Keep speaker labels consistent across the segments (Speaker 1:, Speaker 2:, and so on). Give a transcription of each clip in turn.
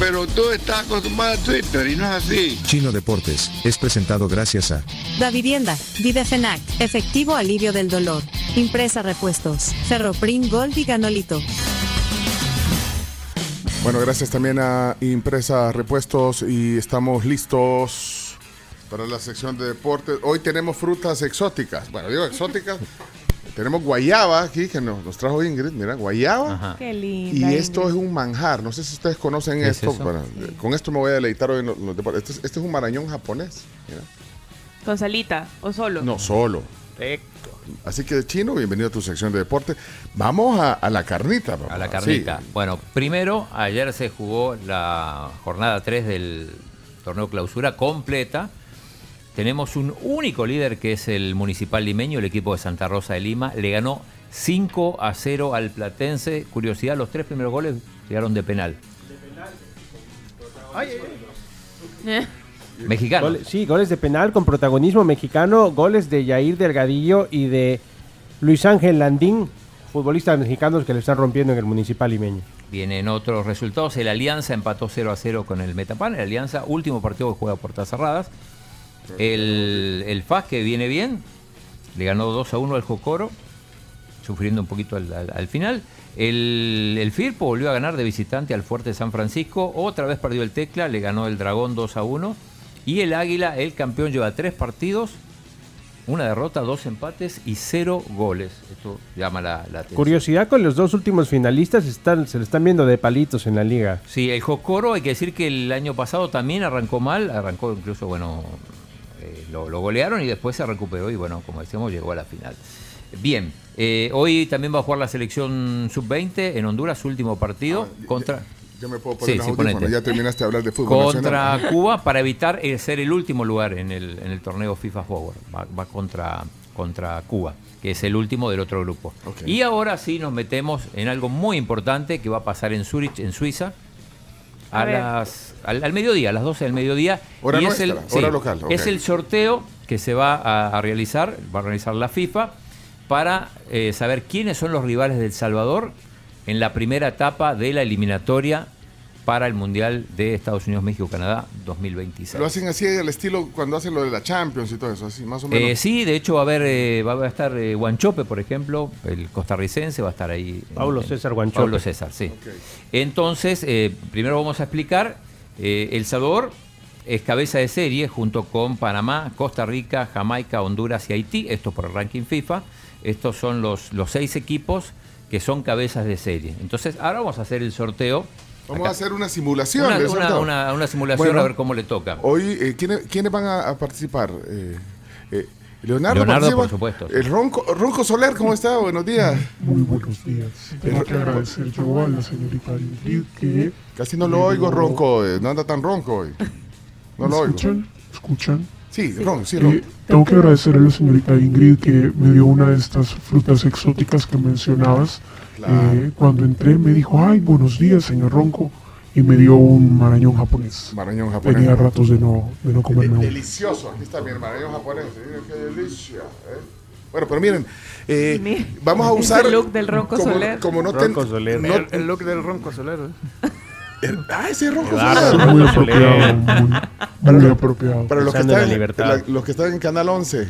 Speaker 1: Pero tú estás acostumbrado a Twitter y no es así.
Speaker 2: Chino Deportes es presentado gracias a
Speaker 3: Da Vivienda, Videfenac, Efectivo Alivio del Dolor, Impresa Repuestos, Ferroprim Gold y Ganolito.
Speaker 4: Bueno, gracias también a Impresa Repuestos y estamos listos para la sección de deportes. Hoy tenemos frutas exóticas. Bueno, digo exóticas. tenemos guayaba aquí que nos, nos trajo Ingrid. Mira, guayaba.
Speaker 5: Ah.
Speaker 6: Qué lindo.
Speaker 4: Y esto es un manjar. No sé si ustedes conocen
Speaker 7: ¿Qué es
Speaker 4: esto.
Speaker 7: eso?
Speaker 4: bueno, eh, Con esto me voy a deleitar hoy. en los- los deportes. Este, es, este es un marañón japonés. mira.
Speaker 6: ¿Con salita o solo?
Speaker 4: No solo. Así que, Chino, bienvenido a tu sección de deporte. Vamos a, a la carnita. papá.
Speaker 7: A la
Speaker 4: Sí.
Speaker 7: carnita. Bueno, primero, ayer se jugó la jornada 3 del torneo clausura completa. Tenemos un único líder que es el municipal limeño, el equipo de Santa Rosa de Lima. Le ganó 5 a 0 al Platense. Curiosidad, los tres primeros goles llegaron de penal. Mexicano.
Speaker 5: Gole- sí, goles de penal con protagonismo mexicano, goles de Yair Delgadillo y de Luis Ángel Landín, futbolistas mexicanos que le están rompiendo en el municipal limeño.
Speaker 7: Vienen otros resultados. El Alianza empató 0 a 0 con el Metapan. El Alianza, último partido que juega a puertas cerradas. El, el FAS, que viene bien, le ganó 2 a 1 al Jocoro, sufriendo un poquito al, al- al final. El, el Firpo volvió a ganar de visitante al Fuerte San Francisco. Otra vez perdió el Tecla, le ganó el Dragón 2 a 1. Y el Águila, el campeón, lleva tres partidos, una derrota, dos empates y cero goles. Esto llama la, la atención.
Speaker 5: Curiosidad con los dos últimos finalistas, están, se le están viendo de palitos en la liga.
Speaker 7: Sí, el Jocoro, hay que decir que el año pasado también arrancó mal, arrancó incluso, bueno, eh, lo, lo golearon y después se recuperó y bueno, como decíamos, llegó a la final. Bien, eh, hoy también va a jugar la selección sub-20 en Honduras, su último partido contra,
Speaker 4: Yo Ah, me puedo poner
Speaker 7: Sí,
Speaker 4: los
Speaker 7: sí,
Speaker 4: audífonos.
Speaker 7: ponete.
Speaker 4: Ya terminaste de hablar de fútbol.
Speaker 7: contra
Speaker 4: nacional.
Speaker 7: Cuba para evitar eh, ser el último lugar en el, en el torneo FIFA Forward. Va, va contra, contra Cuba, que es el último del otro grupo.
Speaker 4: Ok.
Speaker 7: Y ahora sí nos metemos en algo muy importante que va a pasar en Zurich, en Suiza. A
Speaker 6: A ver.
Speaker 7: las, al, al mediodía, a las 12 del mediodía.
Speaker 4: Hora
Speaker 7: y
Speaker 4: nuestra,
Speaker 7: es el,
Speaker 4: hora local, ok.
Speaker 7: Es el sorteo que se va a, a realizar, va a realizar la FIFA, para eh, saber quiénes son los rivales del Salvador en la primera etapa de la eliminatoria para el Mundial de Estados Unidos, México, Canadá 2026.
Speaker 4: Lo hacen así al estilo cuando hacen lo de la Champions y todo eso, así más o menos.
Speaker 7: Eh, sí, de hecho va a haber, eh, va a estar eh, Guanchope, por ejemplo, el costarricense va a estar ahí. en-
Speaker 5: Pablo
Speaker 7: en-
Speaker 5: César Guanchope.
Speaker 7: Pablo César, sí. Entonces, eh, primero vamos a explicar, eh, El Salvador es cabeza de serie junto con Panamá, Costa Rica, Jamaica, Honduras y Haití, esto por el ranking FIFA, estos son los, los seis equipos que son cabezas de serie. Entonces, ahora vamos a hacer el sorteo.
Speaker 4: Vamos
Speaker 7: Acá.
Speaker 4: a hacer una simulación.
Speaker 7: una,
Speaker 4: del
Speaker 7: una-
Speaker 4: sorteo.
Speaker 7: una- una simulación
Speaker 4: Bueno.
Speaker 7: a ver cómo le toca.
Speaker 4: Hoy, eh, ¿quiénes, quiénes van a, a participar? Eh, eh, Leonardo,
Speaker 7: Leonardo,
Speaker 4: participa?
Speaker 7: por supuesto.
Speaker 4: El Ronco, Ronco Soler, ¿cómo está? Buenos días. Eh,
Speaker 8: Muy buenos días. Tengo que agradecer yo a la señorita Ingrid que
Speaker 4: Casi no lo oigo ronco, eh, no anda tan ronco hoy. No
Speaker 8: ¿me
Speaker 4: lo oigo.
Speaker 8: escuchan, escuchan.
Speaker 4: Sí, ronco, sí,
Speaker 8: Eh,
Speaker 4: ronco.
Speaker 8: tengo que agradecer a la señorita Ingrid que me dio una de estas frutas exóticas que mencionabas. Eh, cuando entré me dijo, ay, buenos días, señor Ronco, y me dio un marañón japonés.
Speaker 4: Marañón japonés.
Speaker 8: Tenía ratos de no, de no
Speaker 4: De-
Speaker 8: comerme uno.
Speaker 4: delicioso, aquí está mi hermano japonés. Mira qué delicia. ¿eh? Bueno, pero miren, eh,
Speaker 6: Mi-
Speaker 4: vamos a
Speaker 6: el
Speaker 4: usar.
Speaker 6: look del Ronco
Speaker 4: como,
Speaker 6: Soler.
Speaker 4: Como no ten-
Speaker 5: Ronco Soler.
Speaker 4: no-
Speaker 9: El look del ronco ¿eh? solero.
Speaker 4: el- ah, ese ronco
Speaker 5: Eduardo.
Speaker 4: Soler.
Speaker 8: Sí, muy apropiado, muy, muy apropiado.
Speaker 4: Para los que,
Speaker 5: Usando
Speaker 4: están,
Speaker 5: la libertad.
Speaker 4: la- los que están en Canal 11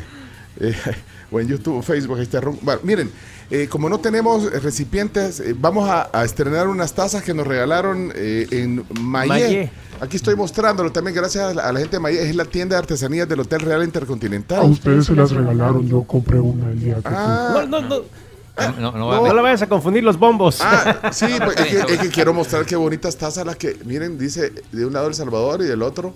Speaker 4: eh, o en YouTube o Facebook, ahí está Ron- Bueno, miren, eh, como no tenemos eh, recipientes, eh, vamos a, a estrenar unas tazas que nos regalaron eh, en Mayé.
Speaker 5: Mayé.
Speaker 4: Aquí estoy mostrándolo también, gracias a la, a la gente de Mayé. Es la tienda de artesanías del Hotel Real Intercontinental.
Speaker 8: A ustedes se las regalaron, yo compré una el día que fui.
Speaker 5: No, no, no,
Speaker 7: No, no, no va a-
Speaker 5: no lo vayas a confundir los bombos.
Speaker 4: Ah, sí, pues, es, que, es que quiero mostrar qué bonitas tazas las que, miren, dice de un lado El Salvador y del otro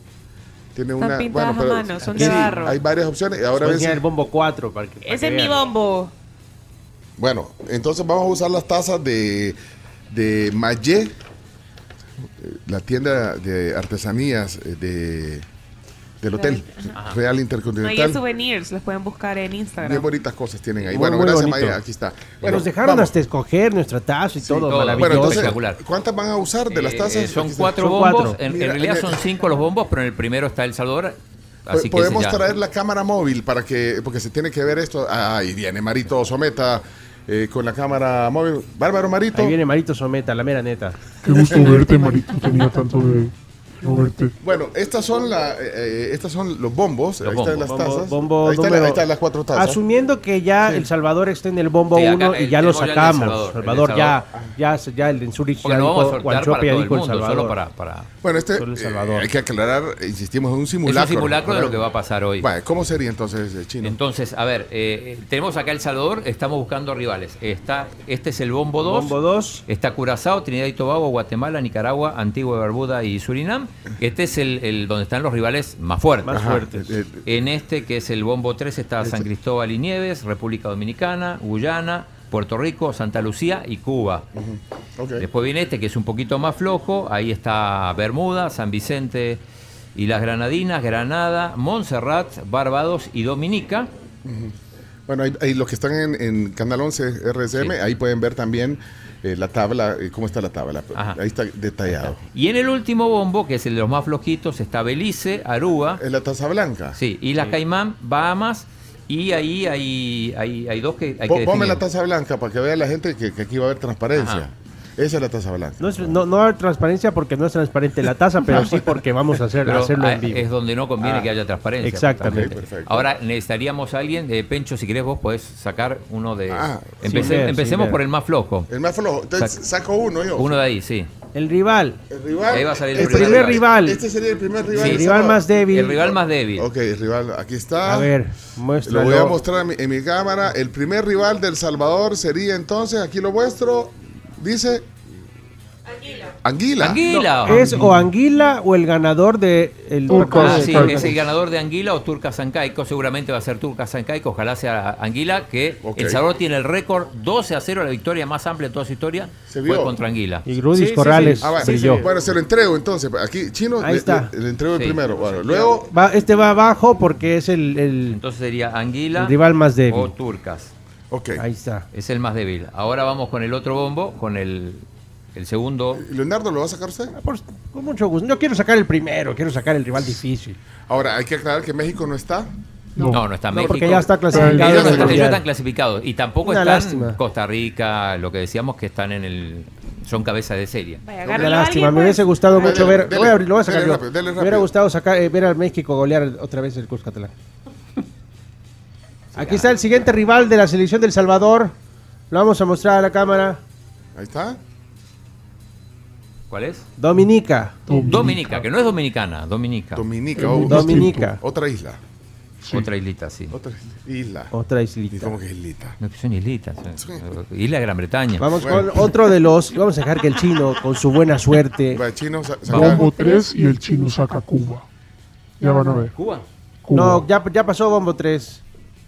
Speaker 4: tiene
Speaker 6: Están
Speaker 4: una...
Speaker 6: pintadas a mano, son de
Speaker 4: sí,
Speaker 6: barro.
Speaker 4: Hay varias opciones. Ahora
Speaker 5: Voy a
Speaker 4: ven si-
Speaker 5: enseñar el bombo 4 para que- para
Speaker 6: Ese es
Speaker 5: que
Speaker 6: mi
Speaker 5: vean.
Speaker 6: bombo.
Speaker 4: Bueno, entonces vamos a usar las tazas de, de Mayé, eh, la tienda de artesanías eh, de, del hotel Real
Speaker 6: Ajá. No, y hay
Speaker 4: Intercontinental.
Speaker 6: souvenirs, los pueden buscar en Instagram.
Speaker 4: Bien bonitas cosas tienen ahí.
Speaker 5: Muy,
Speaker 4: Bueno,
Speaker 5: muy
Speaker 4: gracias,
Speaker 5: bonito.
Speaker 4: Maya. Aquí está.
Speaker 5: nos dejaron
Speaker 4: vamos.
Speaker 5: hasta este escoger nuestro tazo y todo,
Speaker 7: todo.
Speaker 5: maravilloso.
Speaker 4: Bueno, entonces,
Speaker 7: espectacular.
Speaker 4: ¿cuántas van a usar de las
Speaker 7: Eh,
Speaker 4: tazas?
Speaker 7: son
Speaker 4: Aquí está.
Speaker 7: cuatro
Speaker 5: Son
Speaker 7: bombos.
Speaker 5: cuatro.
Speaker 7: En, en
Speaker 4: Mira,
Speaker 7: realidad
Speaker 4: en
Speaker 7: son
Speaker 4: el-
Speaker 7: cinco los bombos, pero en el primero está El Salvador. Así que
Speaker 4: Po- Podemos
Speaker 7: ese ya-
Speaker 4: traer la cámara móvil para que, porque se tiene que ver esto. Ah, Ahí viene Marito Someta eh, con la cámara móvil. Bárbaro Marito.
Speaker 5: Ahí viene Marito Someta, la mera neta. Este,
Speaker 8: Qué gusto verte, Marito. Tenía tanto de no verte.
Speaker 4: Bueno, estas son la, eh, eh, estas son los bombos.
Speaker 7: Los
Speaker 4: ahí
Speaker 7: bombos.
Speaker 4: están las
Speaker 5: Bombo-
Speaker 4: tazas.
Speaker 5: bombo
Speaker 4: ahí, están,
Speaker 5: número-
Speaker 4: ahí están las cuatro tazas.
Speaker 5: Asumiendo que ya El Salvador está en el bombo
Speaker 7: Sí, acá
Speaker 5: 1
Speaker 7: el-
Speaker 5: y ya lo
Speaker 7: tenemos ya el de
Speaker 5: sacamos.
Speaker 7: Salvador,
Speaker 5: Salvador,
Speaker 7: el de
Speaker 5: ya, ya, se- ya el de Zurich
Speaker 7: Porque
Speaker 5: ya
Speaker 7: no
Speaker 5: dijo,
Speaker 7: vamos a sortear para
Speaker 5: Guanchope ya
Speaker 7: todo el
Speaker 5: dijo El
Speaker 7: mundo, solo
Speaker 5: Salvador.
Speaker 7: para... para-
Speaker 4: Bueno, este
Speaker 5: Solo El
Speaker 4: eh,
Speaker 5: Salvador.
Speaker 4: hay que aclarar, insistimos, es un
Speaker 7: Es
Speaker 4: simulacro.
Speaker 7: un simulacro de lo que va a pasar hoy.
Speaker 4: Bueno, ¿Cómo sería entonces, eh, Chino?
Speaker 7: Entonces, a ver, eh, tenemos acá El Salvador, estamos buscando rivales. Está, este es el bombo 2.
Speaker 5: Bombo 2.
Speaker 7: Está Curazao, Trinidad y Tobago, Guatemala, Nicaragua, Antigua y Barbuda y Surinam. Este es el, el donde están los rivales más fuertes.
Speaker 5: Más
Speaker 4: Ajá.
Speaker 5: fuertes.
Speaker 4: Eh, eh,
Speaker 7: En este, que es el bombo 3, está San Cristóbal y Nieves, República Dominicana, Guyana, Puerto Rico, Santa Lucía y Cuba.
Speaker 4: ok.
Speaker 7: Después viene este, que es un poquito más flojo. Ahí está Bermuda, San Vicente y las Granadinas, Granada, Montserrat, Barbados y Dominica.
Speaker 4: Bueno, ahí, ahí los que están en, en Canal 11 RSM,
Speaker 7: Sí.
Speaker 4: ahí pueden ver también eh, la tabla, eh, cómo está la tabla.
Speaker 7: Ajá.
Speaker 4: Ahí está detallado.
Speaker 7: Y en el último bombo, que es el de los más flojitos, está Belice, Aruba,
Speaker 4: Es la taza blanca.
Speaker 7: Eh, sí, Islas Caimán, Bahamas. Y ahí hay, hay, hay dos que hay
Speaker 4: Po-
Speaker 7: que
Speaker 4: Ponme
Speaker 7: definir.
Speaker 4: la taza blanca para que vea la gente que, que aquí va a haber transparencia.
Speaker 7: Ajá.
Speaker 4: Esa es la taza blanca.
Speaker 5: No, es- no, no va a haber transparencia porque no es transparente la taza, pero sí porque vamos a hacer,
Speaker 7: Pero,
Speaker 5: hacerlo
Speaker 7: ah,
Speaker 5: en vivo.
Speaker 7: Es donde no conviene
Speaker 5: Ah,
Speaker 7: que haya transparencia.
Speaker 5: exactamente.
Speaker 7: justamente.
Speaker 4: Ok, perfecto.
Speaker 7: Ahora necesitaríamos a alguien. eh, Pencho, si querés, vos podés sacar uno de.
Speaker 4: Ah,
Speaker 7: Empecé-
Speaker 5: sin ver, sin
Speaker 7: empecemos
Speaker 5: ver.
Speaker 7: por el más flojo.
Speaker 4: El más flojo. Entonces
Speaker 7: Sac-
Speaker 4: saco uno yo.
Speaker 7: Uno de ahí, sí.
Speaker 5: El rival,
Speaker 4: El rival.
Speaker 7: Ahí va a salir el
Speaker 5: el
Speaker 4: este
Speaker 7: primer
Speaker 5: primer
Speaker 7: rival.
Speaker 5: rival,
Speaker 4: Este sería el primer rival.
Speaker 7: Sí,
Speaker 5: el
Speaker 4: del
Speaker 5: rival
Speaker 4: sábado.
Speaker 5: más débil.
Speaker 7: El rival más débil.
Speaker 4: Ok, el rival, aquí está.
Speaker 5: A ver,
Speaker 4: Lo
Speaker 5: muéstralo.
Speaker 4: voy a mostrar en mi, en mi cámara. El primer rival del Salvador sería entonces, aquí lo muestro, dice... Anguila.
Speaker 7: Anguila.
Speaker 5: Es o Anguila o el ganador de el
Speaker 8: Turco.
Speaker 5: torneo
Speaker 7: Ah,
Speaker 5: de
Speaker 7: sí,
Speaker 5: Turco.
Speaker 7: es el ganador de Anguila o Turca Sancaico. Seguramente va a ser Turca Sancaico. Ojalá sea Anguila, que
Speaker 4: Ok.
Speaker 7: El Salvador tiene el récord 12 a 0, la victoria más amplia de toda su historia.
Speaker 4: Se
Speaker 7: fue
Speaker 4: vio.
Speaker 7: contra Anguila.
Speaker 5: Y Grudis
Speaker 4: Sí, sí,
Speaker 5: Corrales
Speaker 4: sí. Ah, bueno,
Speaker 5: brilló.
Speaker 4: Bueno, se lo entrego entonces. Aquí, chino,
Speaker 5: Ahí
Speaker 4: le-
Speaker 5: está.
Speaker 4: Le, le entrego el
Speaker 7: Sí.
Speaker 4: primero. Bueno, luego,
Speaker 5: Va- este va abajo porque es el, el-
Speaker 7: Entonces sería Anguila
Speaker 5: el rival más
Speaker 7: o
Speaker 5: débil.
Speaker 7: Turcas.
Speaker 4: ok.
Speaker 5: Ahí está.
Speaker 7: Es el más débil. Ahora vamos con el otro bombo, con el, el segundo.
Speaker 4: Leonardo, ¿lo va a sacar usted?
Speaker 5: Por- con mucho gusto. No quiero sacar el primero, quiero sacar el rival difícil.
Speaker 4: Ahora, hay que aclarar que México no está.
Speaker 7: No, no, está
Speaker 5: No,
Speaker 7: México.
Speaker 5: porque ya está
Speaker 8: Ya
Speaker 5: clasificado.
Speaker 7: Ellos, no
Speaker 5: en el
Speaker 7: están, ellos
Speaker 5: mundial.
Speaker 7: están clasificados. Y tampoco
Speaker 5: Una
Speaker 7: están
Speaker 5: lástima.
Speaker 7: Costa Rica, lo que decíamos que están en el. Son cabeza de serie.
Speaker 6: Vaya,
Speaker 5: Una
Speaker 6: agárrenlo a
Speaker 5: lástima,
Speaker 6: alguien,
Speaker 5: me
Speaker 6: pues.
Speaker 5: hubiese gustado
Speaker 4: Dele,
Speaker 5: mucho ver.
Speaker 4: dele,
Speaker 5: voy a abrir, lo voy a sacar
Speaker 4: dele
Speaker 5: yo.
Speaker 4: rápido, dele
Speaker 5: me hubiera
Speaker 4: rápido.
Speaker 5: gustado sacar, eh, ver al México golear otra vez el Cruz Catalán. Aquí está el siguiente rival de la selección del Salvador. Lo vamos a mostrar a la cámara.
Speaker 4: Ahí está.
Speaker 7: ¿Cuál es?
Speaker 5: Dominica.
Speaker 7: Dominica, que no es dominicana, Dominica.
Speaker 4: Dominica. oh,
Speaker 5: Dominica.
Speaker 4: Otra isla.
Speaker 7: Otra islita, sí.
Speaker 4: Otra isla.
Speaker 5: Otra
Speaker 4: ¿Y
Speaker 5: islita.
Speaker 4: cómo que islita?
Speaker 7: No, que son islitas. son- Isla de Gran Bretaña.
Speaker 5: Vamos
Speaker 4: Bueno.
Speaker 5: con otro de los. y Vamos a dejar que el chino, con su buena suerte.
Speaker 4: Va, chino, sa- saca-
Speaker 8: Bombo 3 y el chino saca Cuba. Ya van a ver.
Speaker 7: Cuba.
Speaker 8: Cuba.
Speaker 5: No, ya, ya pasó Bombo 3.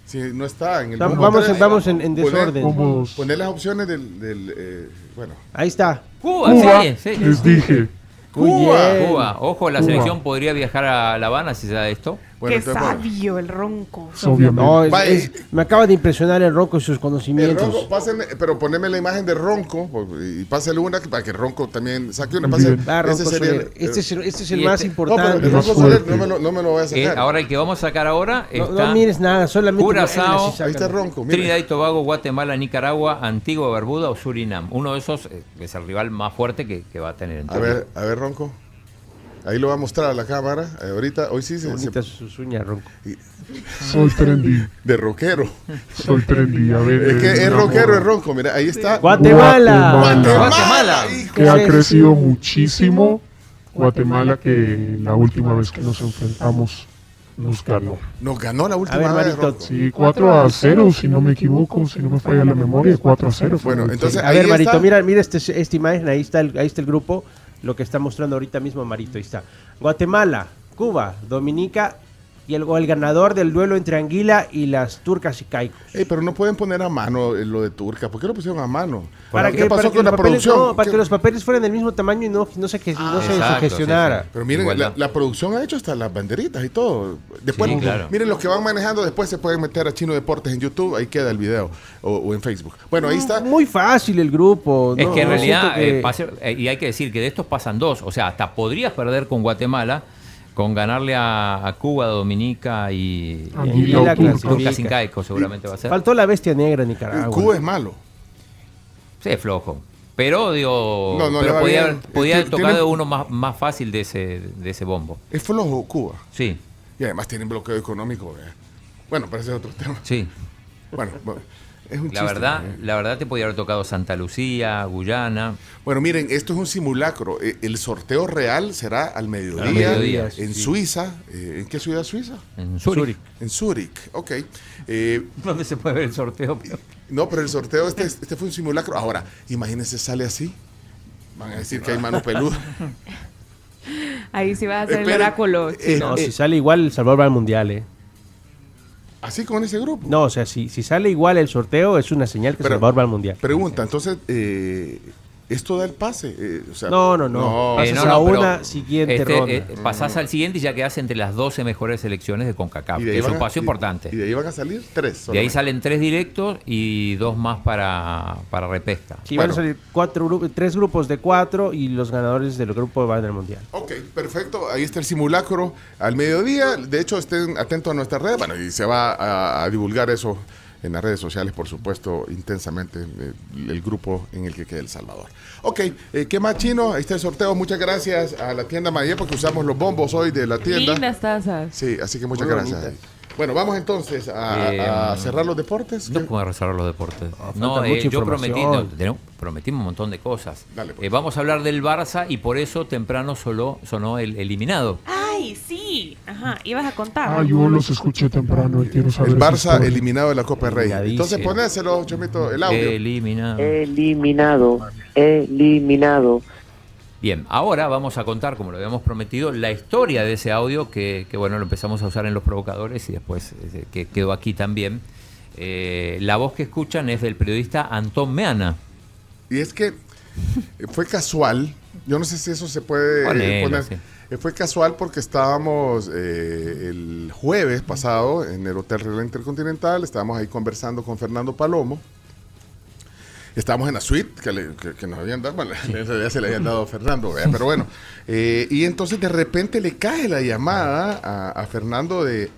Speaker 4: Sí, no está en el
Speaker 5: Vamos,
Speaker 4: bombo
Speaker 5: vamos,
Speaker 4: tres.
Speaker 5: en, vamos en- en
Speaker 4: Poner-
Speaker 5: desorden.
Speaker 8: Bombo 2.
Speaker 4: Poner las opciones del. del, eh, bueno.
Speaker 5: Ahí está.
Speaker 7: Cuba,
Speaker 8: Cuba,
Speaker 7: sí, sí.
Speaker 8: les dije.
Speaker 5: Muy
Speaker 4: Cuba.
Speaker 5: bien.
Speaker 7: Cuba. Ojo, la
Speaker 8: Cuba.
Speaker 7: selección podría viajar a La Habana si se da esto.
Speaker 4: Bueno,
Speaker 6: Qué
Speaker 4: entonces, bueno.
Speaker 6: sabio el ronco.
Speaker 8: Obviamente.
Speaker 5: No, es-
Speaker 4: Va,
Speaker 5: es-
Speaker 4: eh,
Speaker 5: me acaba de impresionar el Ronco y sus
Speaker 4: El
Speaker 5: conocimientos.
Speaker 4: ronco, pásenme, pero poneme la imagen de Ronco por- y pásale una que- para que Ronco también saque una. Pase,
Speaker 8: bien.
Speaker 5: Va,
Speaker 4: ese
Speaker 5: Ah, Ronco
Speaker 4: sería
Speaker 5: Soler.
Speaker 4: el-
Speaker 5: este, es, el- este es
Speaker 7: Y
Speaker 5: el más
Speaker 7: este-
Speaker 4: No, pero
Speaker 5: importante.
Speaker 4: el
Speaker 5: No,
Speaker 4: Ronco
Speaker 8: Más
Speaker 4: Soler
Speaker 8: fuerte.
Speaker 4: no me, lo, no me lo voy a
Speaker 7: Eh,
Speaker 4: sacar.
Speaker 7: ahora el que vamos a sacar ahora
Speaker 5: no
Speaker 7: está
Speaker 5: mires nada, solamente.
Speaker 7: Curazao.
Speaker 5: Ahí sí
Speaker 4: Ahí está
Speaker 5: sácalo.
Speaker 4: Ronco. mire.
Speaker 7: Trinidad y Tobago, Guatemala, Nicaragua, Antigua, Barbuda o Surinam. Uno de esos eh, es el rival más fuerte que, que va a tener.
Speaker 4: A ver, a ver, Ronco. Ahí lo va a mostrar a la cámara. eh, ahorita, hoy sí se, se-
Speaker 5: Bonita su- su uña, Ronco.
Speaker 8: Soy trendy.
Speaker 4: de rockero.
Speaker 8: Soy trendy. A ver.
Speaker 4: Es que
Speaker 8: eh,
Speaker 4: es
Speaker 8: amor.
Speaker 4: rockero, es ronco. Mira, ahí está.
Speaker 5: Guatemala.
Speaker 8: Guatemala.
Speaker 7: Guatemala.
Speaker 4: hijo.
Speaker 8: que ha
Speaker 5: Sí, sí,
Speaker 8: crecido muchísimo. Guatemala que la última vez que nos enfrentamos nos ganó.
Speaker 4: Nos ganó la última
Speaker 5: A ver,
Speaker 4: vez.
Speaker 5: Marito,
Speaker 4: Ronco.
Speaker 8: Sí, 4 a 0, si no me equivoco, si no me falla la memoria, 4 a 0.
Speaker 4: Bueno, entonces-
Speaker 5: A
Speaker 4: Ahí
Speaker 5: ver,
Speaker 4: está.
Speaker 5: Marito, mira, mira este, esta imagen. Ahí está, el, ahí está el grupo. Lo que está mostrando ahorita mismo Marito. Ahí está. Guatemala, Cuba, Dominica, y el, o el ganador del duelo entre Anguila y las turcas y Caico.
Speaker 4: Ey, pero no pueden poner a mano eh, lo de Turca. ¿Por qué lo pusieron a mano?
Speaker 5: Para
Speaker 4: ¿Qué
Speaker 5: que,
Speaker 4: pasó
Speaker 5: para que
Speaker 4: con
Speaker 5: los
Speaker 4: la
Speaker 5: papeles-
Speaker 4: producción?
Speaker 5: no, para
Speaker 4: ¿Qué- Ah,
Speaker 5: que los papeles fueran del mismo tamaño y no, no se, que- no se
Speaker 7: exacto,
Speaker 5: sugestionara.
Speaker 7: sí, sí.
Speaker 4: Pero miren,
Speaker 7: Igualdad.
Speaker 4: la, la producción ha hecho hasta las banderitas y todo. Después,
Speaker 7: Sí, claro.
Speaker 4: miren, los que van manejando después se pueden meter a Chino Deportes en YouTube, ahí queda el video, o, o en Facebook. Bueno, ahí está.
Speaker 5: Muy fácil el grupo.
Speaker 4: pues
Speaker 7: Es
Speaker 5: no-
Speaker 7: que en
Speaker 5: no
Speaker 7: realidad,
Speaker 5: siento que-
Speaker 7: eh, pase- eh, y hay que decir que de estos pasan dos, o sea, hasta podrías perder con Guatemala, con ganarle a, a Cuba, Dominica y,
Speaker 8: Ah,
Speaker 7: y-
Speaker 8: y
Speaker 7: y
Speaker 8: la
Speaker 7: Turcas
Speaker 5: clasifica.
Speaker 7: sin Caico, seguramente va a ser.
Speaker 5: faltó la bestia negra en Nicaragua.
Speaker 4: Cuba es malo.
Speaker 7: Sí, es flojo. Pero, digo,
Speaker 4: No, no, le
Speaker 7: pero
Speaker 4: va
Speaker 7: podía,
Speaker 4: bien.
Speaker 7: haber- podía haber
Speaker 4: Tien-
Speaker 7: tocado
Speaker 4: tienen-
Speaker 7: uno más, más fácil de ese, de ese bombo.
Speaker 4: Es flojo Cuba.
Speaker 7: Sí,
Speaker 4: Y además tienen bloqueo económico. eh. Bueno, pero ese es otro tema.
Speaker 7: sí.
Speaker 4: Bueno, bueno, es un
Speaker 7: La
Speaker 4: chiste,
Speaker 7: verdad,
Speaker 4: eh.
Speaker 7: la verdad te podía haber tocado Santa Lucía, Guyana.
Speaker 4: Bueno, miren, esto es un simulacro. Eh, El sorteo real será al mediodía,
Speaker 7: Al mediodía,
Speaker 4: en
Speaker 7: sí.
Speaker 4: Suiza. Eh, ¿En qué ciudad Suiza?
Speaker 7: En Zurich.
Speaker 4: En Zúrich, ok. Eh,
Speaker 7: ¿Dónde se puede ver el sorteo?
Speaker 4: No, pero el sorteo este, este fue un simulacro. Ahora, imagínense, sale así. Van a decir que hay mano peluda.
Speaker 6: Ahí sí vas a hacer el
Speaker 4: Esperen,
Speaker 6: oráculo.
Speaker 4: eh,
Speaker 6: chino.
Speaker 5: No, si sale igual, El Salvador va al mundial, eh.
Speaker 4: Así con ese grupo.
Speaker 5: No, o sea, si, si sale igual el sorteo, es una señal que El
Speaker 4: Pero-
Speaker 5: Salvador va al mundial.
Speaker 4: Pregunta, entonces, eh, ¿esto da el pase? Eh, o sea,
Speaker 5: No, no, no.
Speaker 7: Eh,
Speaker 5: Pasas
Speaker 7: no,
Speaker 5: a
Speaker 7: no, pero
Speaker 5: una siguiente
Speaker 7: este,
Speaker 5: ronda.
Speaker 7: eh, pasás al siguiente y ya quedás entre las 12 mejores selecciones de CONCACAF.
Speaker 4: Y de ahí
Speaker 7: que Es
Speaker 4: van
Speaker 7: un
Speaker 4: a-
Speaker 7: paso
Speaker 4: y-
Speaker 7: importante.
Speaker 4: Y de ahí van a salir tres.
Speaker 7: de ahí
Speaker 4: solamente.
Speaker 7: salen tres directos y dos más para, para repesca.
Speaker 5: Sí, van
Speaker 4: Bueno.
Speaker 5: a salir cuatro gru- tres grupos de cuatro y los ganadores del grupo van al mundial.
Speaker 4: Ok, perfecto. Ahí está el simulacro al mediodía. De hecho, estén atentos a nuestras redes. Bueno, y se va a, a divulgar eso en las redes sociales, por supuesto, intensamente, eh, el grupo en el que queda El Salvador. Ok, eh, ¿qué más, Chino? Ahí está el sorteo. Muchas gracias a la tienda María porque usamos los bombos hoy de la tienda.
Speaker 6: Lindas tazas.
Speaker 4: Sí, así que muchas
Speaker 5: Muy
Speaker 4: gracias.
Speaker 5: bonitas.
Speaker 4: Bueno, vamos entonces a,
Speaker 7: Eh,
Speaker 4: a cerrar los deportes.
Speaker 7: No
Speaker 4: ¿Qué?
Speaker 7: puedo cerrar los deportes. no,
Speaker 5: Ah, falta
Speaker 7: eh,
Speaker 5: mucha
Speaker 7: yo prometí, no,
Speaker 5: información.
Speaker 7: tenemos- prometimos un montón de cosas.
Speaker 4: Dale, pues.
Speaker 7: Eh, vamos a hablar del Barça y por eso temprano solo sonó el eliminado.
Speaker 6: Ay, sí. Ajá, ibas a contar.
Speaker 8: Ah, yo los escuché temprano y quiero saber.
Speaker 4: El
Speaker 8: esa
Speaker 4: Barça
Speaker 8: historia.
Speaker 4: eliminado de la Copa del Rey.
Speaker 5: Eliminadísimo.
Speaker 4: Entonces, ponéselo, Chomito, el
Speaker 7: Eh,
Speaker 4: audio.
Speaker 7: Eliminado.
Speaker 10: Eliminado, eliminado.
Speaker 7: Bien, ahora vamos a contar, como lo habíamos prometido, la historia de ese audio que, que, bueno, lo empezamos a usar en Los Provocadores y después eh, que quedó aquí también. Eh, la voz que escuchan es del periodista Antón Meana.
Speaker 4: Y es que eh, fue casual. Yo no sé si eso se puede eh,
Speaker 7: Ponelo,
Speaker 4: poner.
Speaker 7: sí.
Speaker 4: Eh, Fue casual porque estábamos eh, el jueves pasado en el Hotel Real Intercontinental. Estábamos ahí conversando con Fernando Palomo. Estábamos en la suite que, le- que- que nos habían dado. Bueno, en realidad se le habían dado a Fernando, ¿verdad? pero bueno. Eh, y entonces de repente le cae la llamada a, a Fernando de,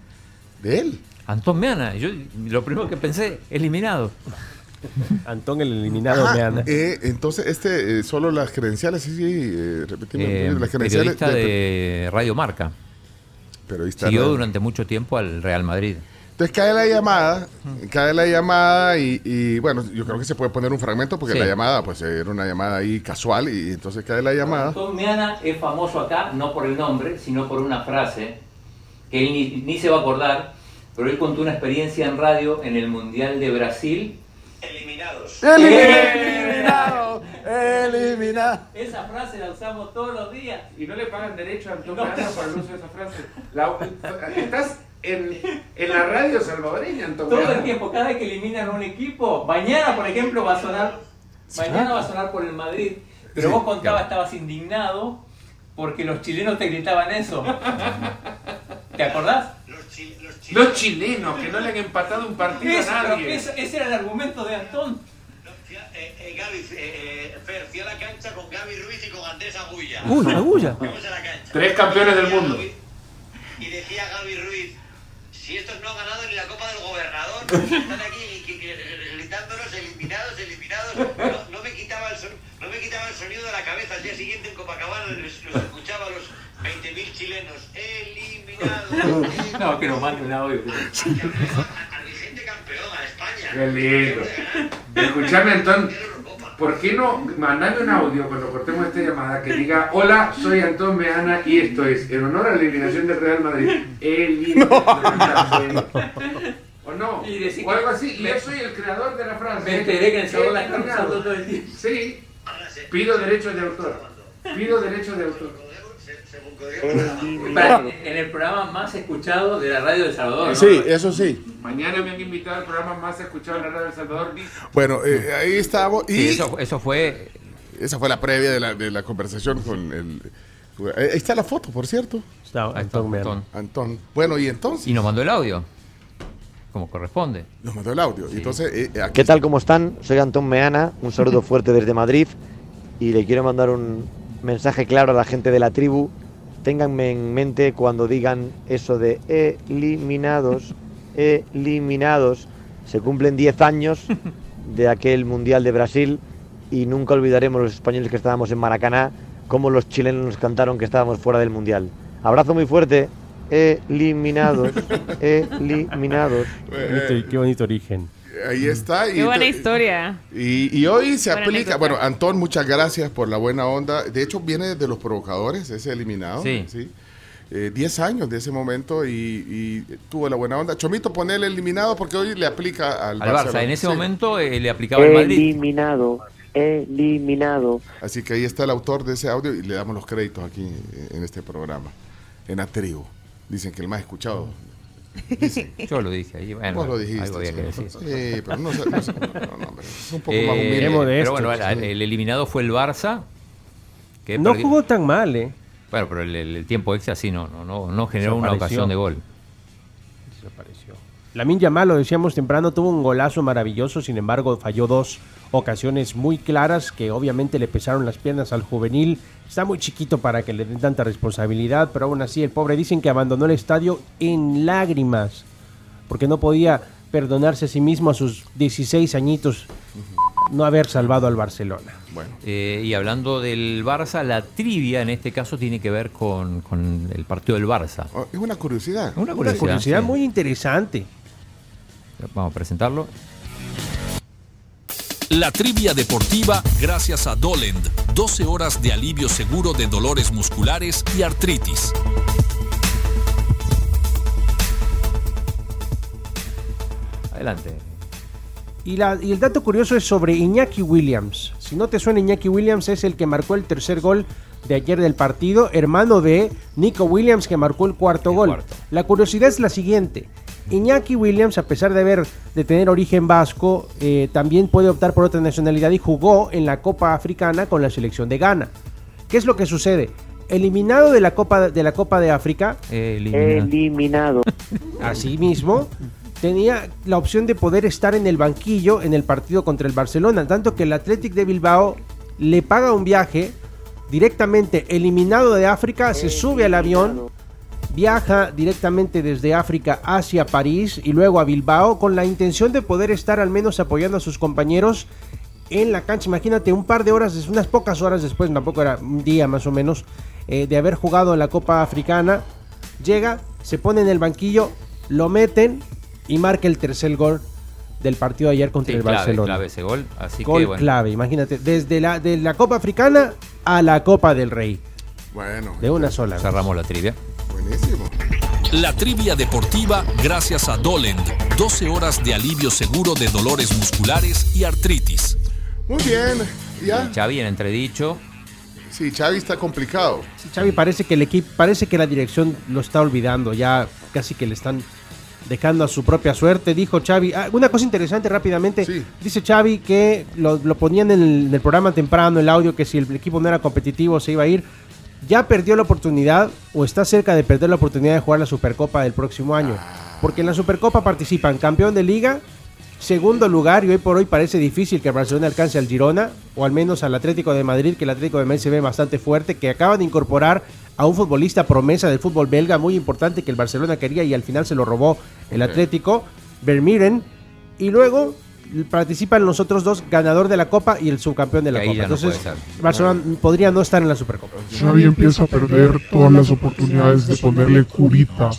Speaker 4: de él.
Speaker 7: Antón Meana, yo lo primero que pensé, eliminado.
Speaker 5: Antón el
Speaker 7: Ah,
Speaker 5: eliminado
Speaker 4: Ajá,
Speaker 5: me anda.
Speaker 4: eh, entonces, este, eh, solo las credenciales, sí, sí, eh, repetime,
Speaker 7: Eh,
Speaker 4: las credenciales.
Speaker 7: periodista de Radio Marca.
Speaker 4: periodista
Speaker 7: Siguió
Speaker 4: de-
Speaker 7: durante mucho tiempo al Real Madrid.
Speaker 4: Entonces cae la llamada, cae la llamada y, y, bueno, yo creo que se puede poner un fragmento porque
Speaker 7: Sí.
Speaker 4: la llamada, pues era una llamada ahí casual y, entonces cae la llamada.
Speaker 7: Antón Meana es famoso acá, no por el nombre, sino por una frase que él ni, ni se va a acordar, pero él contó una experiencia en radio en el Mundial de Brasil.
Speaker 4: ¡Eliminado! ¡Eliminado!
Speaker 7: Esa frase la usamos todos los días.
Speaker 9: y no le pagan derecho a Antonio Meana por el uso de esa frase. La- estás en, en la radio salvadoreña, Antonio
Speaker 7: Todo el
Speaker 9: Meana.
Speaker 7: tiempo, cada vez que eliminan a un equipo, mañana por ejemplo va a sonar, mañana va a sonar por el Madrid, pero
Speaker 4: Sí,
Speaker 7: vos contabas, estabas indignado porque los chilenos te gritaban eso. ¿Te acordás?
Speaker 9: Los chilenos que no le han empatado un partido
Speaker 7: Eso,
Speaker 9: a
Speaker 7: pero
Speaker 9: nadie.
Speaker 7: eso- ese era el argumento de Antón.
Speaker 5: Uy, me bulla.
Speaker 9: Tres campeones del mundo.
Speaker 10: Y decía Gaby Ruiz, si estos no han ganado ni la Copa del Gobernador, están aquí gri- gri- gritándonos eliminados, eliminados. No, no me quitaba el son- no me quitaba el sonido de la cabeza. Al día siguiente en Copacabana los, los escuchaba a los 20.000 chilenos. Eliminados. eliminados".
Speaker 7: No, que nos mande un audio.
Speaker 10: Al- Al vigente campeón, a España.
Speaker 9: Qué lindo. Escuchame, Antón. ¿Por qué no mandame un audio cuando cortemos esta llamada que diga Hola, soy Antón Meana y esto es en honor a la eliminación del Real Madrid. El O no,
Speaker 7: Y decí
Speaker 9: o algo
Speaker 7: que-
Speaker 9: así. Y
Speaker 7: me-
Speaker 9: yo soy el creador de la frase. ¿eh?
Speaker 7: Me enteré que en el salón la están
Speaker 9: Eliminado.
Speaker 7: usando todo el día.
Speaker 9: Sí, pido derechos de autor. Pido derechos de autor.
Speaker 10: Se,
Speaker 11: Para- en el programa más escuchado de la radio de El Salvador. ¿no?
Speaker 4: Sí, eso sí.
Speaker 9: Mañana me han invitado al programa más escuchado en la radio de El Salvador.
Speaker 4: Bueno, eh, ahí estamos. Y
Speaker 9: Sí,
Speaker 7: eso, fue.
Speaker 4: Esa fue la previa de la, de la conversación con el. Ahí está la foto, por cierto.
Speaker 7: Ahí está, Antón.
Speaker 4: Antón. Bueno, y entonces.
Speaker 7: Y nos mandó el audio. Como corresponde.
Speaker 4: Nos mandó el audio. Entonces, eh, aquí-
Speaker 12: ¿Qué tal? ¿Cómo están? Soy Antón Meana, un saludo fuerte desde Madrid y le quiero mandar un mensaje claro a la gente de la tribu. Ténganme en mente cuando digan eso de eliminados, eliminados. Se cumplen 10 años de aquel Mundial de Brasil y nunca olvidaremos los españoles que estábamos en Maracaná, como los chilenos nos cantaron que estábamos fuera del Mundial. Abrazo muy fuerte. Eliminados, eliminados.
Speaker 5: Bonito- qué bonito origen.
Speaker 4: eh, ahí está. Y,
Speaker 6: Qué buena historia.
Speaker 4: y- y hoy se
Speaker 6: Buena
Speaker 4: aplica.
Speaker 6: anécdota.
Speaker 4: Bueno, Antón, muchas gracias por la buena onda. De hecho, viene de los provocadores, ese eliminado.
Speaker 7: Sí.
Speaker 4: Eh, 10 años de ese momento y, y tuvo la buena onda. Chomito, pone el eliminado porque hoy le aplica al,
Speaker 7: Al Barça.
Speaker 4: Barcelona.
Speaker 7: En ese
Speaker 4: Sí.
Speaker 7: momento eh, le aplicaba el Madrid.
Speaker 12: Eliminado, eliminado.
Speaker 4: Así que ahí está el autor de ese audio y le damos los créditos aquí eh, en este programa, en la tribu. Dicen que el más escuchado.
Speaker 7: Yo lo dije ahí. Bueno,
Speaker 4: Vos lo dijiste.
Speaker 7: algo había que
Speaker 4: sí.
Speaker 7: decir.
Speaker 4: Sí, pero no sé. No, sé, no, no, hombre, es un poco
Speaker 7: Eh,
Speaker 4: más humilde.
Speaker 7: pero bueno, la- el eliminado fue el Barça. que
Speaker 5: No
Speaker 7: perdió-
Speaker 5: jugó tan mal, ¿eh?
Speaker 7: Bueno, pero el, el- el tiempo extra sí no, no, no, no generó una
Speaker 5: Desapareció.
Speaker 7: ocasión de gol.
Speaker 5: La Yamal, lo decíamos temprano, tuvo un golazo maravilloso, sin embargo falló dos ocasiones muy claras que obviamente le pesaron las piernas al juvenil. Está muy chiquito para que le den tanta responsabilidad, pero aún así el pobre dicen que abandonó el estadio en lágrimas, porque no podía perdonarse a sí mismo a sus 16 añitos no haber salvado al Barcelona.
Speaker 7: Eh, y hablando del Barça, la trivia en este caso tiene que ver con, con el partido del Barça.
Speaker 4: Oh, Es una curiosidad.
Speaker 5: Una curiosidad,
Speaker 7: sí.
Speaker 5: muy interesante.
Speaker 7: Vamos a presentarlo.
Speaker 13: La trivia deportiva gracias a Dolend. 12 horas de alivio seguro de dolores musculares y artritis.
Speaker 7: Adelante.
Speaker 5: Y, la- y el dato curioso es sobre Iñaki Williams. Si no te suena Iñaki Williams, es el que marcó el tercer gol de ayer del partido, hermano de Nico Williams que marcó el cuarto gol. La curiosidad es la siguiente. Iñaki Williams, a pesar de, haber, de tener origen vasco, eh, también puede optar por otra nacionalidad y jugó en la Copa Africana con la selección de Ghana. ¿Qué es lo que sucede? Eliminado de la Copa de, la Copa de África,
Speaker 7: Eh,
Speaker 12: Eliminado.
Speaker 5: Asimismo, tenía la opción de poder estar en el banquillo en el partido contra el Barcelona, tanto que el Athletic de Bilbao le paga un viaje directamente eliminado de África, se sube al avión, viaja directamente desde África hacia París y luego a Bilbao con la intención de poder estar al menos apoyando a sus compañeros en la cancha. Imagínate, un par de horas, des- unas pocas horas después, tampoco era un día más o menos, eh, de haber jugado en la Copa Africana, llega, se pone en el banquillo, lo meten y marca el tercer gol del partido de ayer contra
Speaker 7: Sí,
Speaker 5: el
Speaker 7: clave,
Speaker 5: Barcelona.
Speaker 7: clave ese gol. Así
Speaker 5: gol
Speaker 7: que bueno.
Speaker 5: clave, imagínate, desde la, de la Copa Africana a la Copa del Rey.
Speaker 4: Bueno.
Speaker 5: De una sola. vez.
Speaker 7: Cerramos la trivia.
Speaker 4: Buenísimo.
Speaker 13: La trivia deportiva gracias a Dolend. 12 horas de alivio seguro de dolores musculares y artritis.
Speaker 4: Muy bien. Ya.
Speaker 7: Xavi en entredicho.
Speaker 4: Sí, Xavi está complicado.
Speaker 5: Xavi parece que el equipo, parece que la dirección lo está olvidando, ya casi que le están dejando a su propia suerte, dijo Xavi. Ah, una cosa interesante rápidamente, dice Xavi que lo, lo ponían en el, en el programa temprano, el audio, que si el equipo no era competitivo se iba a ir. Ya perdió la oportunidad o está cerca de perder la oportunidad de jugar la Supercopa del próximo año. Porque en la Supercopa participan campeón de liga, segundo lugar, y hoy por hoy parece difícil que el Barcelona alcance al Girona, o al menos al Atlético de Madrid, que el Atlético de Madrid se ve bastante fuerte, que acaba de incorporar a un futbolista promesa del fútbol belga muy importante que el Barcelona quería y al final se lo robó el
Speaker 14: Ok.
Speaker 5: Atlético, Vermeeren, y luego participan los otros dos, ganador de la Copa y el subcampeón de la
Speaker 7: Que ahí
Speaker 5: Copa.
Speaker 7: ya no
Speaker 5: Entonces,
Speaker 7: puede
Speaker 5: Barcelona podría no estar en la Supercopa.
Speaker 8: Xavi empieza a perder todas las oportunidades de ponerle curita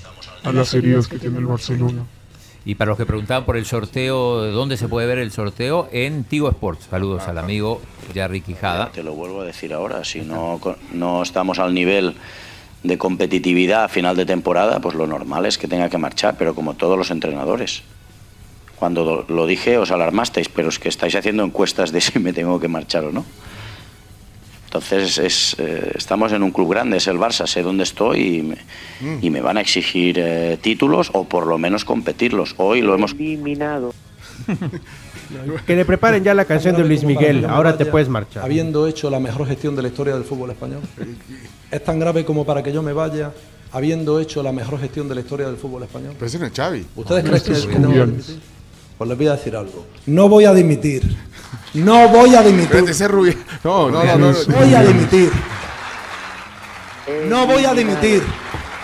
Speaker 8: a las heridas que tiene el Barcelona.
Speaker 7: Y para los que preguntaban por el sorteo, ¿dónde se puede ver el sorteo? En Tigo Sports. Saludos al amigo Jerry Quijada.
Speaker 15: Te lo vuelvo a decir ahora, si no, co- no estamos al nivel de competitividad a final de temporada, pues lo normal es que tenga que marchar, pero como todos los entrenadores. Cuando do- lo dije os alarmasteis, pero es que estáis haciendo encuestas de si me tengo que marchar o no.
Speaker 16: Entonces es, eh, estamos en un club grande, es el Barça, sé dónde estoy y me, y me van a exigir eh, títulos o por lo menos competirlos. Hoy lo hemos...
Speaker 17: Eliminado.
Speaker 5: Que le preparen ya la canción de Luis Miguel. Ahora te puedes marchar.
Speaker 12: Habiendo hecho la mejor gestión de la historia del fútbol español. Es tan grave como para que yo me vaya habiendo hecho la mejor gestión de la historia del fútbol español.
Speaker 4: Pero ese no es Xavi.
Speaker 12: ¿Ustedes creen que,
Speaker 4: Estos
Speaker 12: que no voy a
Speaker 4: rubianes.
Speaker 12: dimitir? Pues les voy a decir algo. No voy a dimitir. No voy a dimitir.
Speaker 4: No, no, no, no, no.
Speaker 12: Voy a dimitir. No voy a dimitir.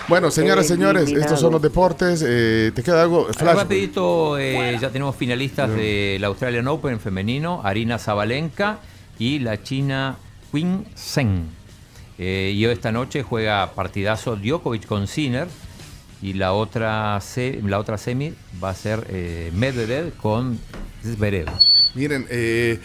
Speaker 4: Bueno, señoras, señores, estos son los deportes. Eh, ¿Te queda algo?
Speaker 7: Ahí
Speaker 4: Flash.
Speaker 7: rapidito, eh, ya tenemos finalistas del Australian Open femenino, Arina Zabalenka y la china Qin Zheng. Eh, y hoy esta noche juega partidazo Djokovic con Sinner y la otra, se- la otra semi va a ser eh, Medvedev con Zverev.
Speaker 4: Miren, eh,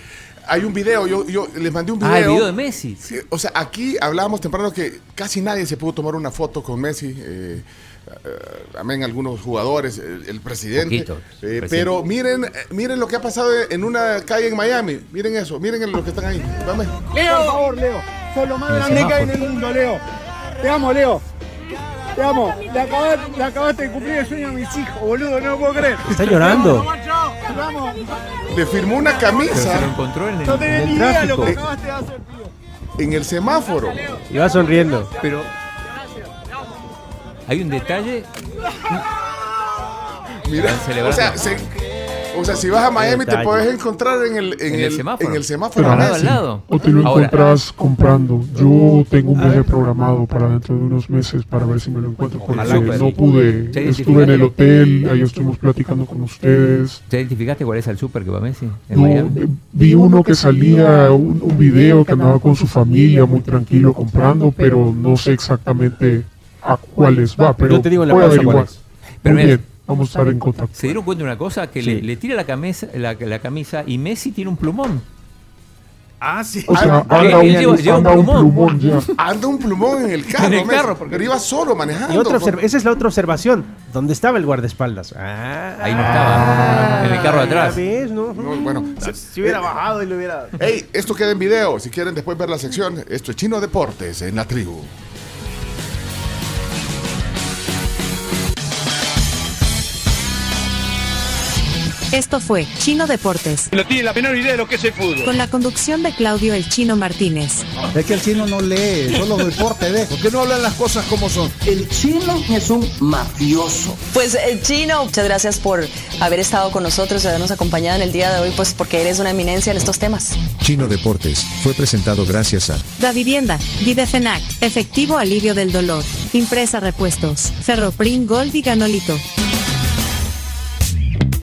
Speaker 4: hay un video, yo, yo les mandé un video.
Speaker 7: Ah, el video de Messi.
Speaker 4: Eh, O sea, aquí hablábamos temprano que casi nadie se pudo tomar una foto con Messi. eh, eh, amén, algunos jugadores, el, el presidente.
Speaker 7: Poquito,
Speaker 4: Eh,
Speaker 7: presidente.
Speaker 4: Pero miren, eh, miren lo que ha pasado en una calle en Miami. Miren eso, miren lo que están ahí. Dame.
Speaker 18: Leo. Por favor, Leo. Sos lo más
Speaker 4: El
Speaker 18: grande que hay en el
Speaker 4: semáforo.
Speaker 18: mundo, Leo. Te amo, Leo. Te amo. Le acabaste, le acabaste de cumplir el sueño a mis hijos, boludo. No lo puedo creer.
Speaker 5: Está llorando.
Speaker 18: Te amo.
Speaker 4: Le firmó una camisa.
Speaker 7: encontró en
Speaker 18: No tenés ni idea lo que
Speaker 4: Eh,
Speaker 18: acabaste de hacer.
Speaker 4: en el semáforo.
Speaker 5: Y va sonriendo.
Speaker 7: Pero hay un detalle.
Speaker 4: Mira,
Speaker 7: Están celebrando.
Speaker 4: o sea, se- o sea, si vas a Miami te
Speaker 7: Detalle.
Speaker 4: puedes encontrar en el, en
Speaker 7: En el
Speaker 4: el-
Speaker 7: semáforo.
Speaker 4: en el semáforo a Messi.
Speaker 9: O te lo
Speaker 4: Ahora,
Speaker 9: encontrás
Speaker 5: ah,
Speaker 9: comprando. Yo tengo un viaje programado para dentro de unos meses para ver si me lo encuentro. Porque
Speaker 7: Ojalá, pero-
Speaker 9: no pude.
Speaker 7: Sí,
Speaker 9: Estuve en el
Speaker 7: identificate.
Speaker 9: hotel, ahí estuvimos platicando con ustedes.
Speaker 7: ¿Ya identificaste cuál es el súper que va Messi? En
Speaker 9: No,
Speaker 7: Miami.
Speaker 9: eh, vi uno que salía, un, un video que andaba con su familia muy tranquilo comprando, pero no sé exactamente a cuáles va, pero
Speaker 5: Yo te digo en la
Speaker 9: voy a
Speaker 5: pausa
Speaker 9: averiguar.
Speaker 5: cuáles.
Speaker 7: Pero
Speaker 9: Muy
Speaker 7: mira,
Speaker 9: bien, vamos a estar en contacto.
Speaker 7: Se dieron cuenta de una cosa, que le, le tira la camisa, la, la camisa y Messi tiene un plumón.
Speaker 19: Ah, sí.
Speaker 9: O sea, anda un, anda un plumón ya.
Speaker 4: Anda un plumón en el carro.
Speaker 5: En el
Speaker 4: Messi,
Speaker 5: carro, porque-
Speaker 4: Pero iba solo manejando.
Speaker 5: Y otra
Speaker 4: con-
Speaker 5: observ- esa es la otra observación. ¿Dónde estaba el guardaespaldas? Ah,
Speaker 7: Ahí no estaba.
Speaker 9: Ah.
Speaker 7: en el carro de
Speaker 19: Ah,
Speaker 7: atrás.
Speaker 5: ya ves, ¿no?
Speaker 4: No, bueno, se-
Speaker 5: Si
Speaker 7: eh,
Speaker 5: hubiera bajado y lo hubiera.
Speaker 4: Hey, esto queda en video. Si quieren después ver la sección, esto es Chino Deportes en la tribu.
Speaker 3: Esto fue Chino Deportes,
Speaker 20: No tiene la menor idea de lo que es el fútbol.
Speaker 3: con la conducción de Claudio El Chino Martínez.
Speaker 13: Es que el chino no lee, solo deporte, ¿ves? ¿Por qué no hablan las cosas como son? El chino es un mafioso.
Speaker 6: Pues eh, Chino, muchas gracias por haber estado con nosotros y habernos acompañado en el día de hoy, pues porque eres una eminencia en estos temas.
Speaker 21: Chino Deportes fue presentado gracias a
Speaker 3: Da Vivienda, Videfenac, Efectivo Alivio del Dolor, Impresa Repuestos, Ferroprim Gold y Ganolito.